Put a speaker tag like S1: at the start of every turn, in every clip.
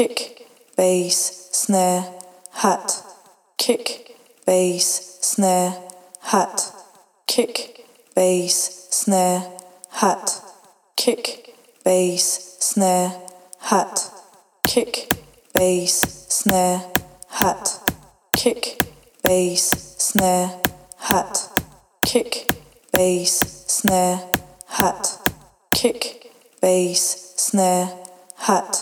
S1: kick, bass, snare, hat, kick, bass, snare, hat, kick, bass, snare, hat, kick, bass, snare, hat, kick, bass, snare, hat, kick, bass, snare, hat, kick, bass, snare, hat, kick, bass, snare, hat.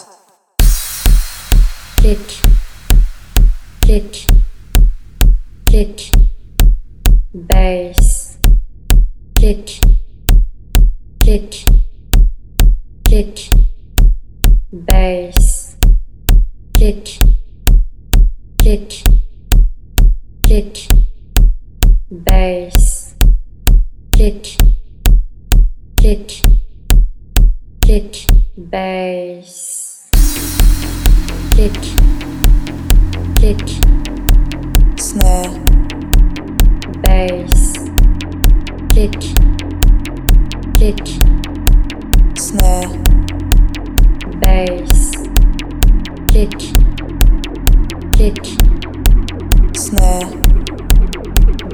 S2: kick, kick, kick, bass, kick, kick, kick, bass, kick, kick, kick, bass, kick, kick, kick, bass kick, kick,
S1: snare,
S2: bass, kick, kick,
S1: snare,
S2: bass, kick, kick,
S1: snare,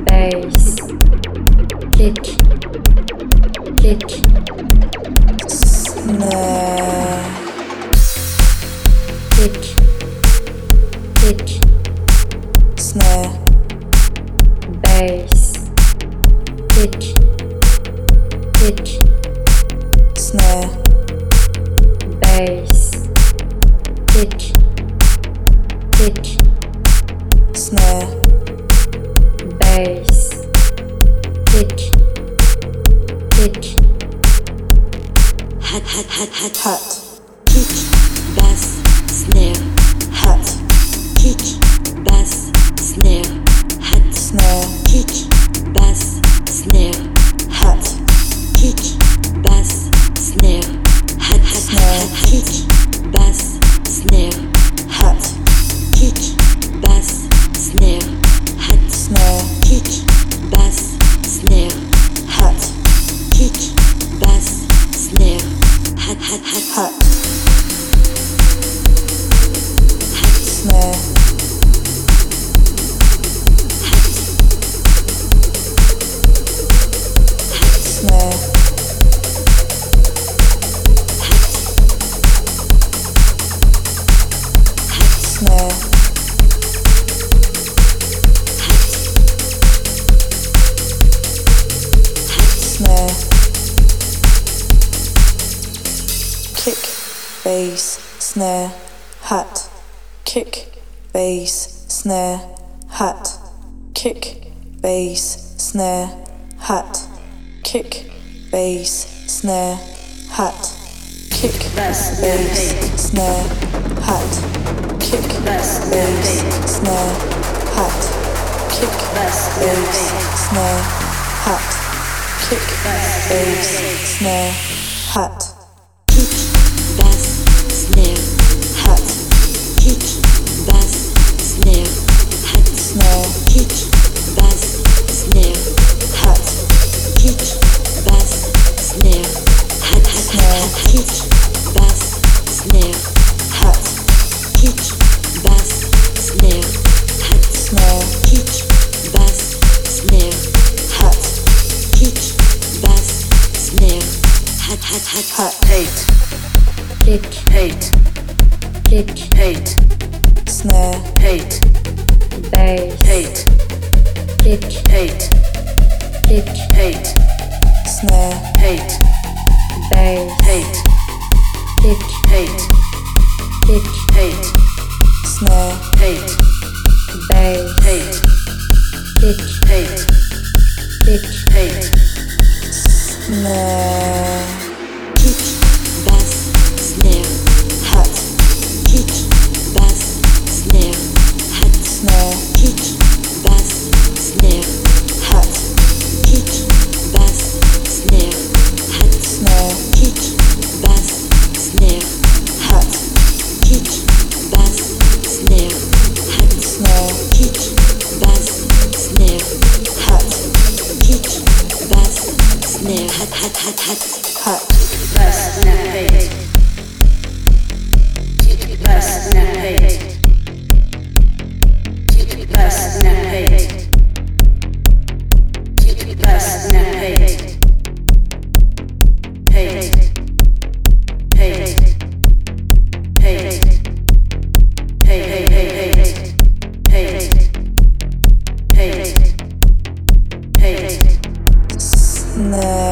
S2: bass, kick, kick,
S1: snare,
S2: kick, kick,
S1: snare,
S2: bass, kick, kick,
S1: snare,
S2: bass, kick, kick.
S1: snare,
S2: bass, kick, kick,
S3: Hat, hat, hat, hat,
S1: hat,
S3: kick, bass, snare, hat, kick, bass, snare, hat,
S1: snare,
S3: kick, bass, snare,
S1: hat,
S3: kick, bass, snare, hat, hat,
S1: Snare.
S3: hat, kick, bass, snare,
S1: hat,
S3: kick, bass, snare, hat,
S1: snare,
S3: kick, bass, snare,
S1: hat,
S3: kick, bass, snare, hat, hat, hat,
S1: hat, snare, snare, snare, snare. kick, bass, snare, hat, kick, bass, snare, hat, kick, bass, snare, hat, kick, bass, snare, hat, kick, bass, snare, hat, kick, bass, snare, hat, kick, bass, snare, hat, kick, bass, snare, hat.
S3: kick, bass, snare,
S1: Hat,
S3: kick, bass, snare, hat,
S1: snare,
S3: kick, bass, snare,
S1: hat,
S3: kick, bass, snare, hat,
S1: Snare.
S3: hat, hat, kick, bass, snare,
S1: hat,
S3: kick, bass, snare, hat,
S1: snare,
S3: kick, bass, snare,
S1: hat,
S3: kick, bass, snare, hat, hat, hat,
S1: hat,
S3: hat,
S4: hate,
S2: kick,
S4: hate,
S2: kick,
S4: hate,
S1: snare,
S4: hate,
S2: bass,
S4: hate,
S2: kick,
S4: hate,
S2: kick,
S4: hate,
S1: snare,
S4: hate,
S2: bass,
S4: hate,
S2: kick,
S4: hate,
S2: kick,
S4: hate,
S1: snare,
S4: hate,
S2: bass,
S4: hate,
S2: kick,
S4: hate,
S2: kick,
S4: hate,
S1: snare,
S3: kick, bass, snare,
S1: hat,
S3: kick, bass, snare, hat,
S1: snare,
S3: kick, bass, snare,
S1: hat,
S3: kick, bass, snare, hat,
S1: snare,
S3: kick, bass, snare,
S1: hat,
S3: kick, bass, snare, hat,
S1: snare,
S3: kick, bass, snare,
S1: hat,
S3: kick, bass, snare, hat, hat, hat, hat.
S1: hat,
S4: hate, hate,
S1: the